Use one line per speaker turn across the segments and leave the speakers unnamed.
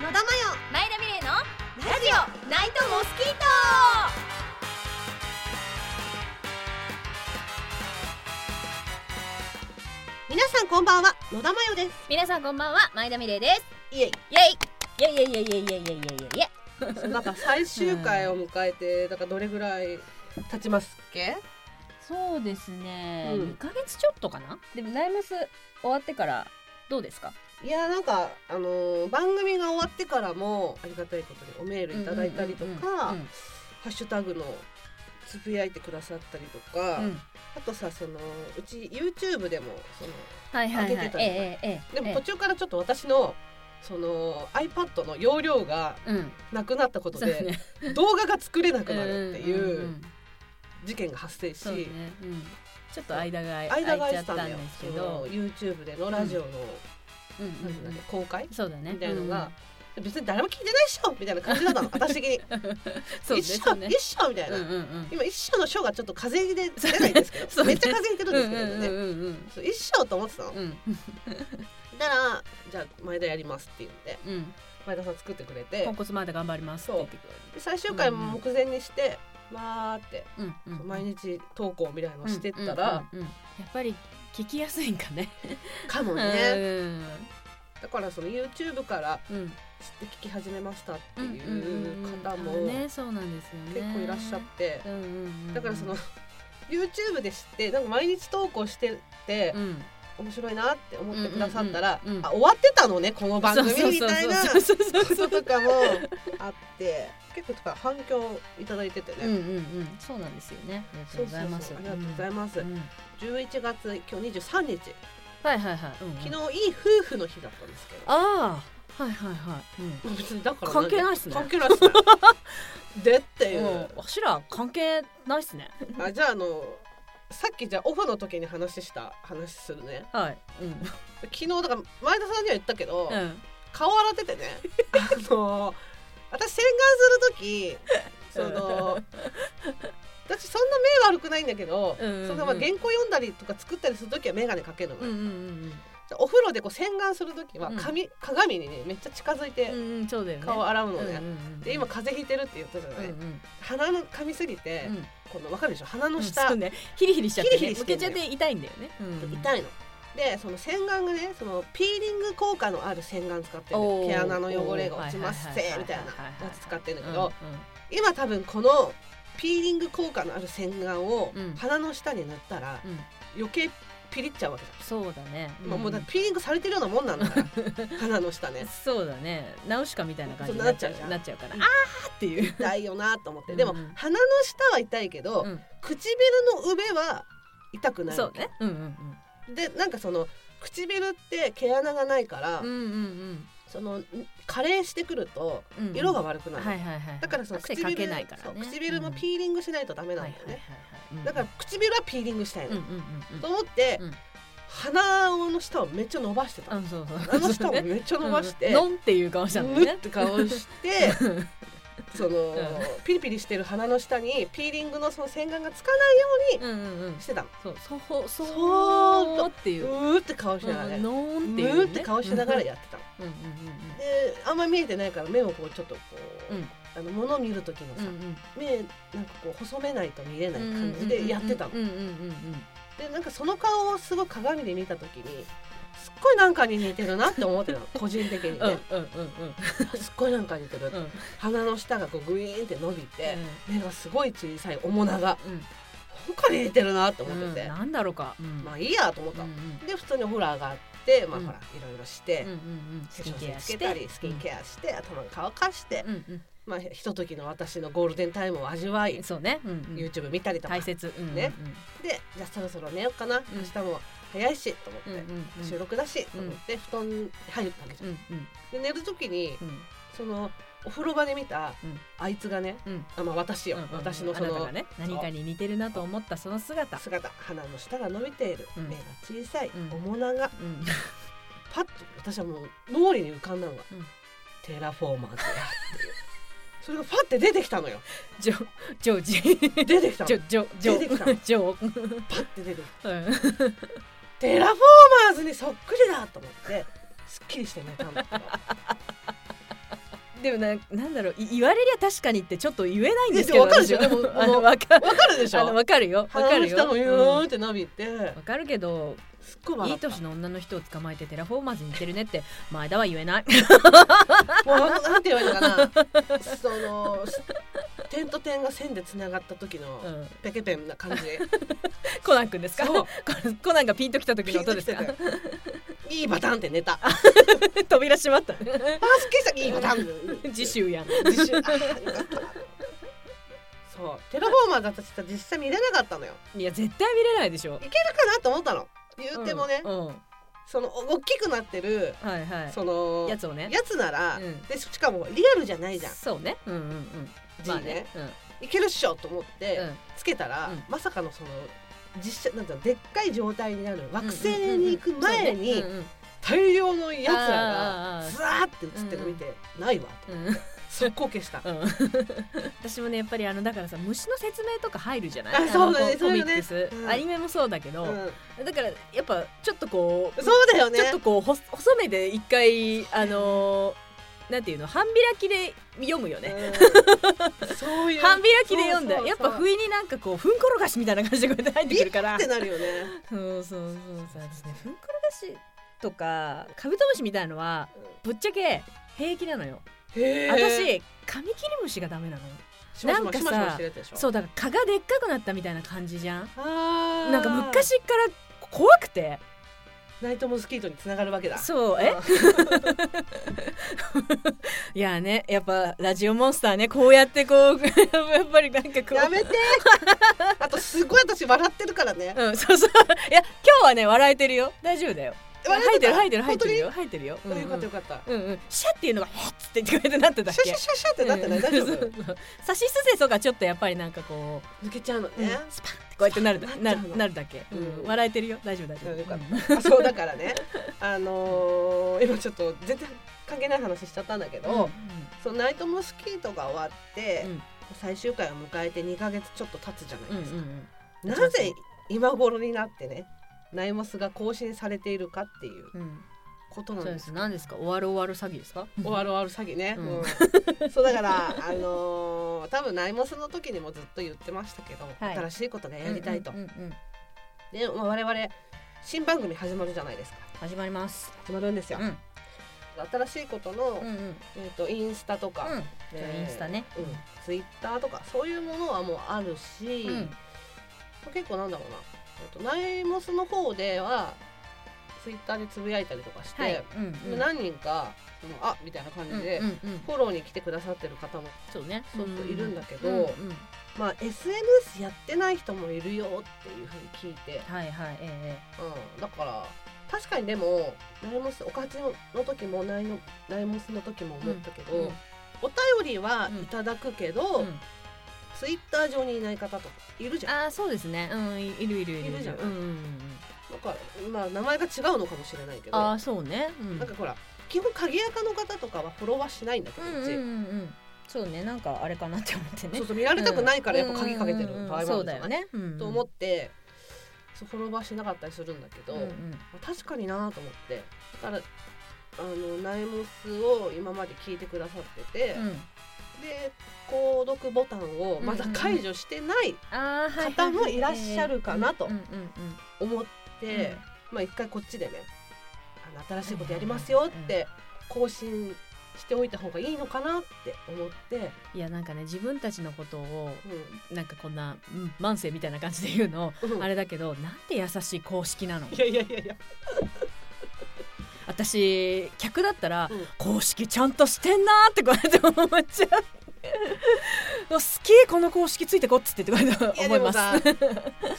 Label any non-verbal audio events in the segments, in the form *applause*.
野田真
前田美玲の
代ラジオナイトモスキート皆さんこんばんは野田真代です
皆さんこんばんは前田美玲です
いえい
イェイイェイイェイイェイイェイイェイイェイイェイイェイ
なんか最終回を迎えて、だからどれぐらい経ちますっけ？
そうですね、
う
二
ん
ヶ月ちょっとかなでもライムス終わってからどうですか
いやなんかあのー番組が終わってからもありがたいことにおメールいただいたりとか、
うん
ハッシュタグのつぶやいてくださったりとか、
うん
あとさそのうち YouTube でもその
はいはい
上
は
げ
い
てた
え
り
えええええ
でも途中からちょっと私のその iPad の容量が
うん
なくなったこと
そう
で
ね
動画が作れなくなるってい
んん
うん事件が発生し
そうね、うん、ちょっと間が空い空
間が
い
空い
ちゃってた
たん
ん
だ
で
よ
すけ
その
ど、
YouTube でのラジオの
うんうん
なんていう
うん
だっ
ん
け公開
そうだね
みたいのが別に誰も聞いてないっしょみたいな感
*laughs*
じだったの私的に
うんうんそうね
一緒
そうね
一緒みたいな
うんうんうん
今一緒の章がちょっと風邪で出ないんですけ
そ
ど
うね
めっちゃ風邪ひいてるんですけどね
うんうん
そう一緒と思ってたの
うんうん
だからじゃあ前田やりますって言って
うんうん
前田さん作ってくれて
今月まで頑張りますって言ってくれる
で最終回も目前にしてまーって
うんうん
毎日投稿みたいなのをしてった
う
ら
んうんうんうんやっぱり聞きやすいんかね
かも
う
ね
ん
だからその YouTube から
うん
知って聞き始めましたってい
んんう
う
ん
方も
あねそうなんですよね
結構いらっしゃって
うんうんうん
だからその YouTube で知ってなんか毎日投稿してって
うん
面白いなって思ってくださったら
うんうんうんうん
あ終わってたのねこの番組みたいな
そう
こ
そうそうそう
ととかもあって結構とか反響いただいてて
うんうん
ね。
うんそうなんですよねありがと
そうう
ご
そうそう
ざ
あ
い
り
ます
がとうございます
うんうん
11月今日23日
はいはいはいうんうん
昨日いい夫婦の日だったんですけど
ああはいはいはいうん
まあ別にだから
関係ないっすね
関係ないっすねでっていう
もうわしら関係ないっすね。
あじゃああのさっきじゃあオフの時に話した話するね
はい。うん。
昨日だから前田さんには言ったけど、
うん。
顔洗って
*laughs*
てねあの私洗顔する時その私そんな目悪くないんだけど、
うんうんうん
そのまあ原稿読んだりとか作ったりする時は眼鏡かけるの、
うんうん
お風呂でこう洗顔する時は
うん
髪、鏡にねめっちゃ近づい
う
て
ん。うんうん。そうだよね。
顔洗うのね、
うんうんうん
で今風邪ひいてるって言ったじゃ
う
なんい、
うん。
鼻の噛みすぎて、
うん
このわかるでしょ鼻の
うん
下、
そうね。ヒリヒリしちゃってね。
ヒリヒリし
向
て
け
ん
ち
だ
ゃっ
よ
て痛いんだよね。うんい。
痛いの。でその洗顔がねそのピーリング効果のある洗顔使ってる
おー
毛穴の汚れが落ちます
はい
せ
はいはいはい
みたいなやつ使ってるんだけ
うん
ど、今多分このピーリング効果のある洗顔を
うん
鼻の下に塗ったら
うん。うん
余計ピリっちゃうわけじ
そうだね
ゃん、。まあもうだってピーリングされてるようなもんなんだか
*laughs*
ら鼻の下ね
そうだね。ナウシカみたいな感じに
そう
な
な
っ
っ
ち
ち
ゃ
ゃ
う
うじゃん
なっちゃうから。あ
うん
ーっていう。
痛いよなと思って
うん
でも鼻の下は痛いけど、
うん
唇の上は痛くない
そうね。うんうん
でなんかその唇って毛穴がないから、
うん。うんうん
その加齢してくると
うん。うん
色が悪くなる、
はいはいはい。
だからその
汗
唇
かけないからね。
そう唇もピーリングしないとダメ
ー
なん
は
だ
い
よね、
はいはいはい。
だから唇はピーリングしたい
うん
の、
うんうんうん。
と思って、
うん
鼻の下をめっちゃ伸ばしてた、
あそう *laughs* そう
鼻の下をめっちゃ伸ばして、
ノンっていう顔したんだ
む
よ
っ
ね
て顔して
うん
その、
ん
ピリピリしてる鼻の下にピーリングのその洗顔がつかないよ
うんうんうん
うにしてたの、
そうそうそう
そう
そうって
う
いう
ーって顔しながらね、
ノンって
む
いう
ー
ね
って顔しながらやってたの、
うんうん
であんま見えてないから目をこうちょっとこう、
うん
あの物見る時のさ、
うんうん
目なんかこう細めないと見れない
うん
感じでやってたの、
うんうんうんうん
でなんかその顔をすごい鏡で見た時にすっごいなんかに似てるなって思って
*laughs*
たの個人的に
うんうん
ね
うん
すっごいなんか似てる、
うんうん
鼻の下がこうグイーンって伸びて、
う
目がすごい小さい面長
ん
なんかに似てるなって思
うん
ってて、
なんだろうかうん
まあいいやと思っ
うん
た
う
の、
ん
で普通にお風呂上がってまあ
うん
ほらいろいろして、
うんうんうん
化
スキン
粧水
ケア
つ
し
け
て
たりスキンケアして、頭乾かして、
うんうん
まあひとときの私のゴールデンタイムを味わい、
そうねうんうん
YouTube 見たりとか
大
で
切うんうんうん
ねじゃあそろそろ寝ようかな、明日も早いしと思って、
うんうんうん
収録だしと思って布団に入ったわけじゃ、
うんんうん
で寝る時に
うん
そのお風呂場で見た
うん
あいつがね、
うん
あまあ私よ、
うんうんうん
私のそ
あなた
の
がね何かに似てるなと思ったその姿
姿鼻の下が伸びている、
うん
目が小さい、
うん
面長
うん
パッと私はもう脳裏に浮かんだのが、
うん
テラフォーマーズやっていう *laughs* それがパッて出てきた
*laughs*
のよ
ジョジョージ
出てきたの
ジョジョジョ
出てきたの
ジョ
パッて出てきた
うん
テラフォー
*laughs*
マーズにそっくりだと思ってすっきりして寝たんだけど
でもななんだろうい言われりゃ確かにってちょっと言えないんですけ
いや
ど
わかるでし
私
ょ
は
でも
あ
も
の
う
わか
わかるでし
あの
ょ
わかるよわか
鼻の
るよ
下のゆー
うんん
って伸びて、
わかるけど
すっごい
い
笑
い
った
年の女の人を捕まえてテラフォーマーズに似てるねって前田は言えない
もうなんて言われるか
*laughs*
なその点と点が線でつながった時の
うん
ペケペンな感じ、
コナンくんですか
そう
コナンが *laughs* ピンときた時
ピ
の
ン
音
と
で
き
す
て
か
たよいいバタンって寝
*laughs*
たあ
扉閉まった
すっきりしたいいバタンって
次週やん
自習あーよかったそうテラフォーマーだったち実際見れなかったのよ
いや絶対見れないでしょ
いけるかなと思ったの言うてもね、
うんうんは
そのお大きくなってる
いはい
その
やつをね
やつなら、
うん
でしかもリアルじゃないじゃん
そうねうんうんうん
字
ま
ね,、
あねう
いけるっしょと思っ
ん
てつけたら、
うん
まさかのその実写なんだろうでっかい状態になる
うん
惑星に行く前に
うんうん
大量のやつ
あーあ
ら
ーあ
が
ー
ずわーって映ってるの見て、ないわ
うんうん
速攻消した
うん私もねやっぱりあのだからさ虫の説明とか入るじゃない
あそうだ
の
ねそ
コ
う
ミ
よね
ックス、
うん
アニメもそうだけ
う
ど、
ん
だからやっぱちょっとこう
そうだよね
ちょっとこうほ細めで一回あのーなんていうの半開きで読むよね、
うんそういう
半開きで読んだ
そうそうそう
やっぱ不意になんかこうふんころがしみたいな感じでこうやって入ってくるから *laughs* そ
って
う
なるよね
そうそうそう私ねふんころがしとかカブトムシみたいのはぶっちゃけ平気なのよ、
へー
私カミキリムシがダメなのよ
しましまし
なんかさ
しましましてるやつでしょ
そうだから蚊がでっかくなったみたいな感じじゃん
あー
なんか昔から怖くて
ナイトモスキートにつながるわけだ
そうえいやねやっぱラジオモンスターねこうやってこう *laughs* やっぱりなんかこう
やめ
*laughs*
てあとすごい私笑ってるからね
うんそう *laughs* そういや今日はね笑えてるよ大丈夫だよ入ってる入ってる入ってるよ入ってるよ
本当によかったよ
っ
かった
うんうんシャっていうのがへっつってこうやってなってたっ
シャ
け
シャシャシャってなってない大丈夫
うんそうそうさしすせそがちょっとやっぱりなんかこう
抜けちゃうの
うん
ね
スパンってこうやってなる
スパン
な
なっちゃうの
るなるだけ、うん
うん
笑えてるよ大丈夫大丈
うんよ
夫
かっ
うん
たあそうだからねあのー今ちょっと全然関係ない話しちゃったんだけ
うんう
ど
ん
そのナイトモスキートが終わって
うん
最終回を迎えて2ヶ月ちょっと経つじゃ
うんう
ない
ん
です
う
か
ん
なぜ今頃になってねナイモスが更新されているかっていう
うん
ことなん
そう
で
ですす。何ですか？終わる終わる詐欺ですか？
終わる終わる詐欺ね、
うん
うんそうだからあのー多分ナイモスの時にもずっと言ってましたけど、
はい
新しいことがやりたいと、
うんうんうんうん
で、まあ、我々新番組始まるじゃないですか
始まります。
始まるんですよ、
うん
新しいことの、
うんうんうん。
えー、とインスタとか、
じゃあインスタね。
うんツイッターとかそういうものはもうあるし、
うん
まあ結構なんだろうな、えー、とナイモスの方ではツイッターでつぶやいたりとかして、
はい。うんうん。
何人かそのあみたいな感じで、
うんうんうん
フォローに来てくださってる方も
そうね。
ちょっといるんだけど、
うんうんうん
まあ SNS やってない人もいるよっていうふうに聞いて、
はいはいええ
うん、だから確かにでもナイモスおかちの時もナイのナイモスの時も思ったけど、
うんうん
お便りはいただくけど、
ええ。うん
ツイッター上にいない方とかいるじゃん
ああそうですね。うんいいるいるいる
いるじゃん
うんうんうんうん。
だからまあ名前が違うのかもしれないけど
あ
な
あそうね。うん。
んかほら基本鍵垢の方とかはフォロワーしないんだけ
う
ど
ん
う
うん
ち、
うんうん。そうねなんかあれかなって思ってね
そう。そう見られたくないからやっぱ鍵かけてる
うんうんうんうん
場合もあるじゃない、
そうだよね。。
と思っててそうフォロワーしなかったりするんだけど、
うんうん
確かになと思ってだからあのナイモスを今まで聞いてくださってて、
うん。
で購読ボタンをまだ解除してない
ああはいはいはい。
方もいらっしゃるかなと
うんうんうん。
思って、まあ一回こっちでねあの新しいことやりますよって更新しておいた方がいいのかなって思って、
いやなんかね自分たちのことを
う
なんかこんな、うん、万世みたいな感じで言うの、
んうん
あれだけどなんて優しい公式なの
*laughs* いやいやいやいや
私客だったら、
うん
公式ちゃんとしてんなーってこうやって思っちゃ *laughs* うもう好きこの公式ついてこっつってってこうやって
いや
思
で
いま
も
す
さ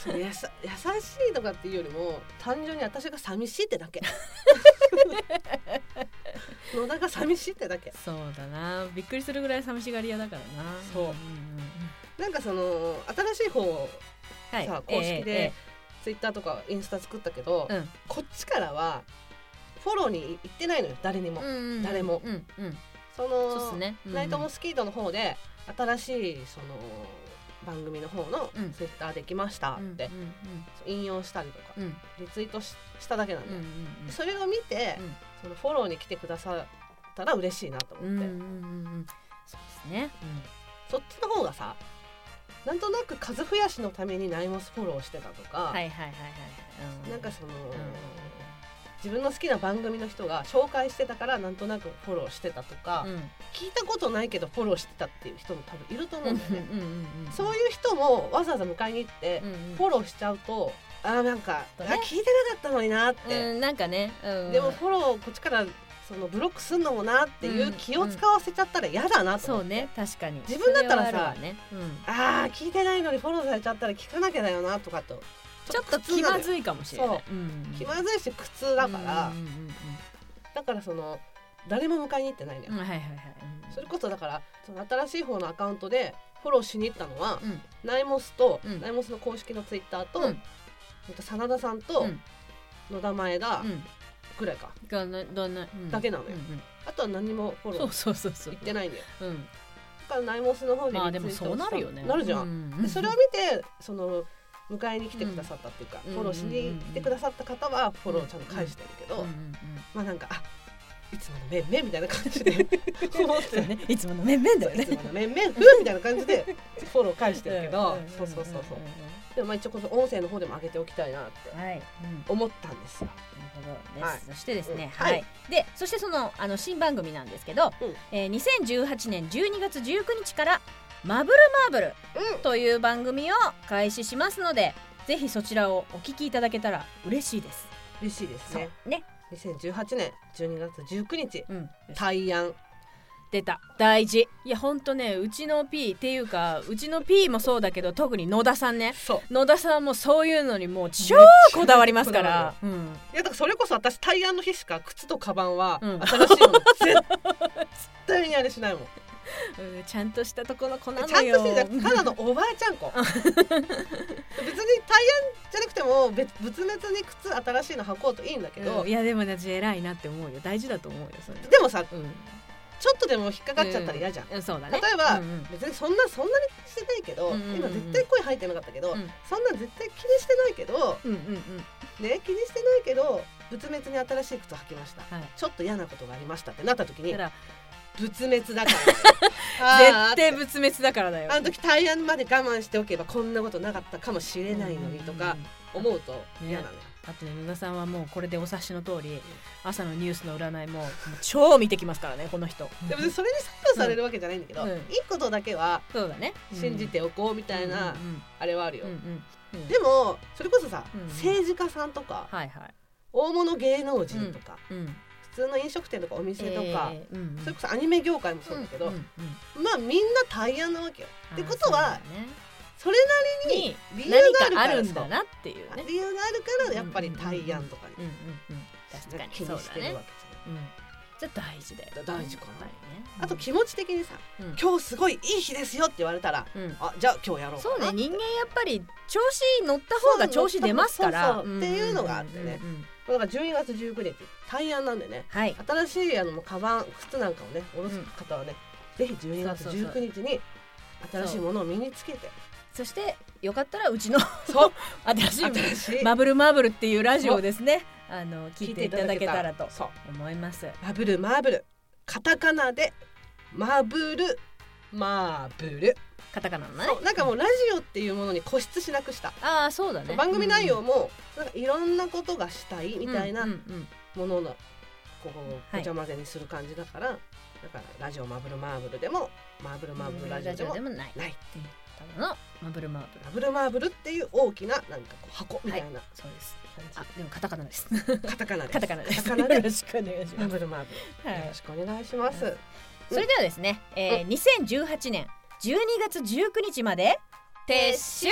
*laughs*
そのやさ優しいとかっていうよりも単純に私が寂しいってだ
*laughs*
け野田が寂しいってだけ
そうだなびっくりするぐらい寂しがり屋だからな
そうん
んん
なんかその新しい方を
はい
さ公式で
え
ツイッターとかインスタ作ったけど、
えええうん
こっちからはフォローに行ってないのよ誰にも、
うんうんうん
誰も
うんうん
そ
そうっ
の
すねうんうん
ナイトモスキートの方で新しいその番組の方の
うん
ツイッターできました
うん
って
うん
引用したりとか、
うんうん
リツイートししただけなん
うん
だ
う
よ、
んうん
それを見て、
うん
そのフォローに来てくださっったら嬉しいなと思
う
っ
んうん
て、
うんそうですね、
そっちの方がさなんとなく数増やしのためにナイモスフォローしてたとか、
はいはいはいはいはい、う
なんかそ
ん
の、自分の好きな番組の人が紹介してたからなんとなくフォローしてたとか、
うん
聞いたことないけどフォローしてたっていう人も多分いると思うんだよね。
うんうんうん
そういう人もわざわざ迎えに行って
うんうん
フォローしちゃうとあーなんか、
そう
あ
ね
聞いてなかったのになって、
うんなんかね、うん、
でもフォローこっちからそのブロックすんのもなっていううん気を使わせちゃったら嫌だなと
そ
思
う
って、
ね確かに
自分だったらさ
それはあるわねうん、
ああ聞いてないのにフォローされちゃったら聞かなきゃだよなとかと
ちょっと
苦痛
気
なの
ま
よ
ずいかもしれない、
そう
ん、
気まずいし苦痛だから、
うんうんうん
だからその誰も迎えに行ってないのよ
うん、うん、はいはいはい、うん
それこそだからその新しい方のアカウントでフォローしに行ったのは、
うん
ナイモスと、
うん
ナイモスの公式のツイッターと、
うん
あと真田さんと、
うん
野田前田
うん
ぐらいか、
がなどんな、うん、
だけなのよ
うん
あとは何もフォ
うん、
ロ
そう
ー
そうそうそう
行ってないんだよ
うん
だからナイモスの方に
まあで
リツ
も
イート
そうなるよね
なるじゃん、
ん
でそれを見てその迎えに来てくださったっていうか、
うん
フォローしに来てくださった方はフォローちゃんと返してるけど、
うんうんうん
まあなんかあいつもの面々みたいな感じで思っ
そう
て
ね、いつもの面々だよ
い
ね
つもの面々ふうみたいな感じでフォロー返してるけど、
んんんん
そうそうそうそう。
ん
でもまあ一応この音声の方でも上げておきたいなって
うんはい、うん
思ったんですよ。
なるほどです、
はい
そしてですね、
うん
は
はいい
でそしてそのあの新番組なんですけど、
うん
えー2018年12月19日から「マブルマーブル
う」
という番組を開始しますので、ぜひそちらをお聞きいただけたら嬉しいです。
嬉しいです
そう
ね。
ね、
2018年12月19日
うん、
対案
出た大事いやほんとねうちの P っていうかうちの P もそうだけど特に野田さんね
そう
野田さんもそういうのにもう超こだわりますから、うん、
いやだからそれこそ私対案の日しか靴とカバンは
うん
新し
*laughs*
いの絶対にあれしないもん。
うんちゃんとしたところこなの
ちゃん
よ
としてるじゃなくただのおばあちゃん
*laughs*
子別に対案じゃなくても別仏滅に靴新しいの履こうといいんだけど、
うんいやでもね私偉いなって思うよ大事だと思うよそれ
でもさ
うん
ちょっとでも引っかかっちゃったら嫌じゃん。
うんそうだね
例えば
うんうん
別にそんなそんなに気にしてないけど、
うんうんうん
今絶対声入ってなかったけど、
うん
そんな絶対気にしてないけど
うんうんうん
ね気にしてないけど仏滅に新しい靴履きました
はい
ちょっと嫌なことがありましたってなった時に
だから
仏滅だか
*laughs*
らあー
絶対仏滅だからだよ
あの時対案まで我慢しておけばこんなことなかったかもしれないのにとか
うんうんうん
思うと嫌なのよ、
あとね野田さんはもうこれでお察しの通り朝のニュースの占いももう超見てきますからねこの人
でもそれに左右されるわけじゃないんだけど、
うん
いいことだけは
そうだね
信じておこうみたいな
うん
あれはあるよ、
うんうんうんうん
でもそれこそさ、
うんうん
政治家さんとか
はいはい
大物芸能人とか、
うん
普通の飲食店とかお店とか、
えーうんうん
それこそアニメ業界もそうだけど、
んんうん
まあみんな大安なわけよ。ってことは
あーそうだね
それなりに理由
何
がある
か
か
あ
ら
るん
そ
だ
う
なっていうね
理由があるからやっぱり大安とかに
うんうんうん確かに
気にしてるわけじ
うんじゃあ大事だよね
だ大事かな
やっぱりね
ゃん。あと気持ち的にさ、
うん
今日すごいいい日ですよって言われたら、
うん
あじゃあ今日やろうかな
そうね人間やっぱり調子乗った方が調子出ますから
そうそうそうっていうのがあってね
うんうんうんうん
だから12月19日大安なんでね
はい
新しいあのもうカバン靴なんかをね下ろす方はね、ぜひ12月19日に新しいものを身につけて
そしてよかったらうちの
そう
新しい
新しい
マブルマーブルっていうラジオをですねあの聞いていただけたらと
そう
思います
マブルマーブルカタカナでマブルマーブル
カタカナのね
そうなんかもうラジオっていうものに固執しなくした、
ああそうだね
番組内容もなんかいろんなことがしたいみたいな
うんうんうん
もののここを
はい
ごちゃ混ぜにする感じだから、だからラジオマブルマーブルでもマーブルマーブルラジオでも
でもない
ない
ただのマブルマーブル
マブルマーブルっていう大きななんかこう箱みたいな
そうですあ
感
でもカタカナです
じ、カタカナで
カタカナです
カタカナ
よ
で
ろしくお願いし
マ
ます
ブルマーブル、
はい
よろしくお願いします、
はそれではですね、えー、2018年12月19日まで撤収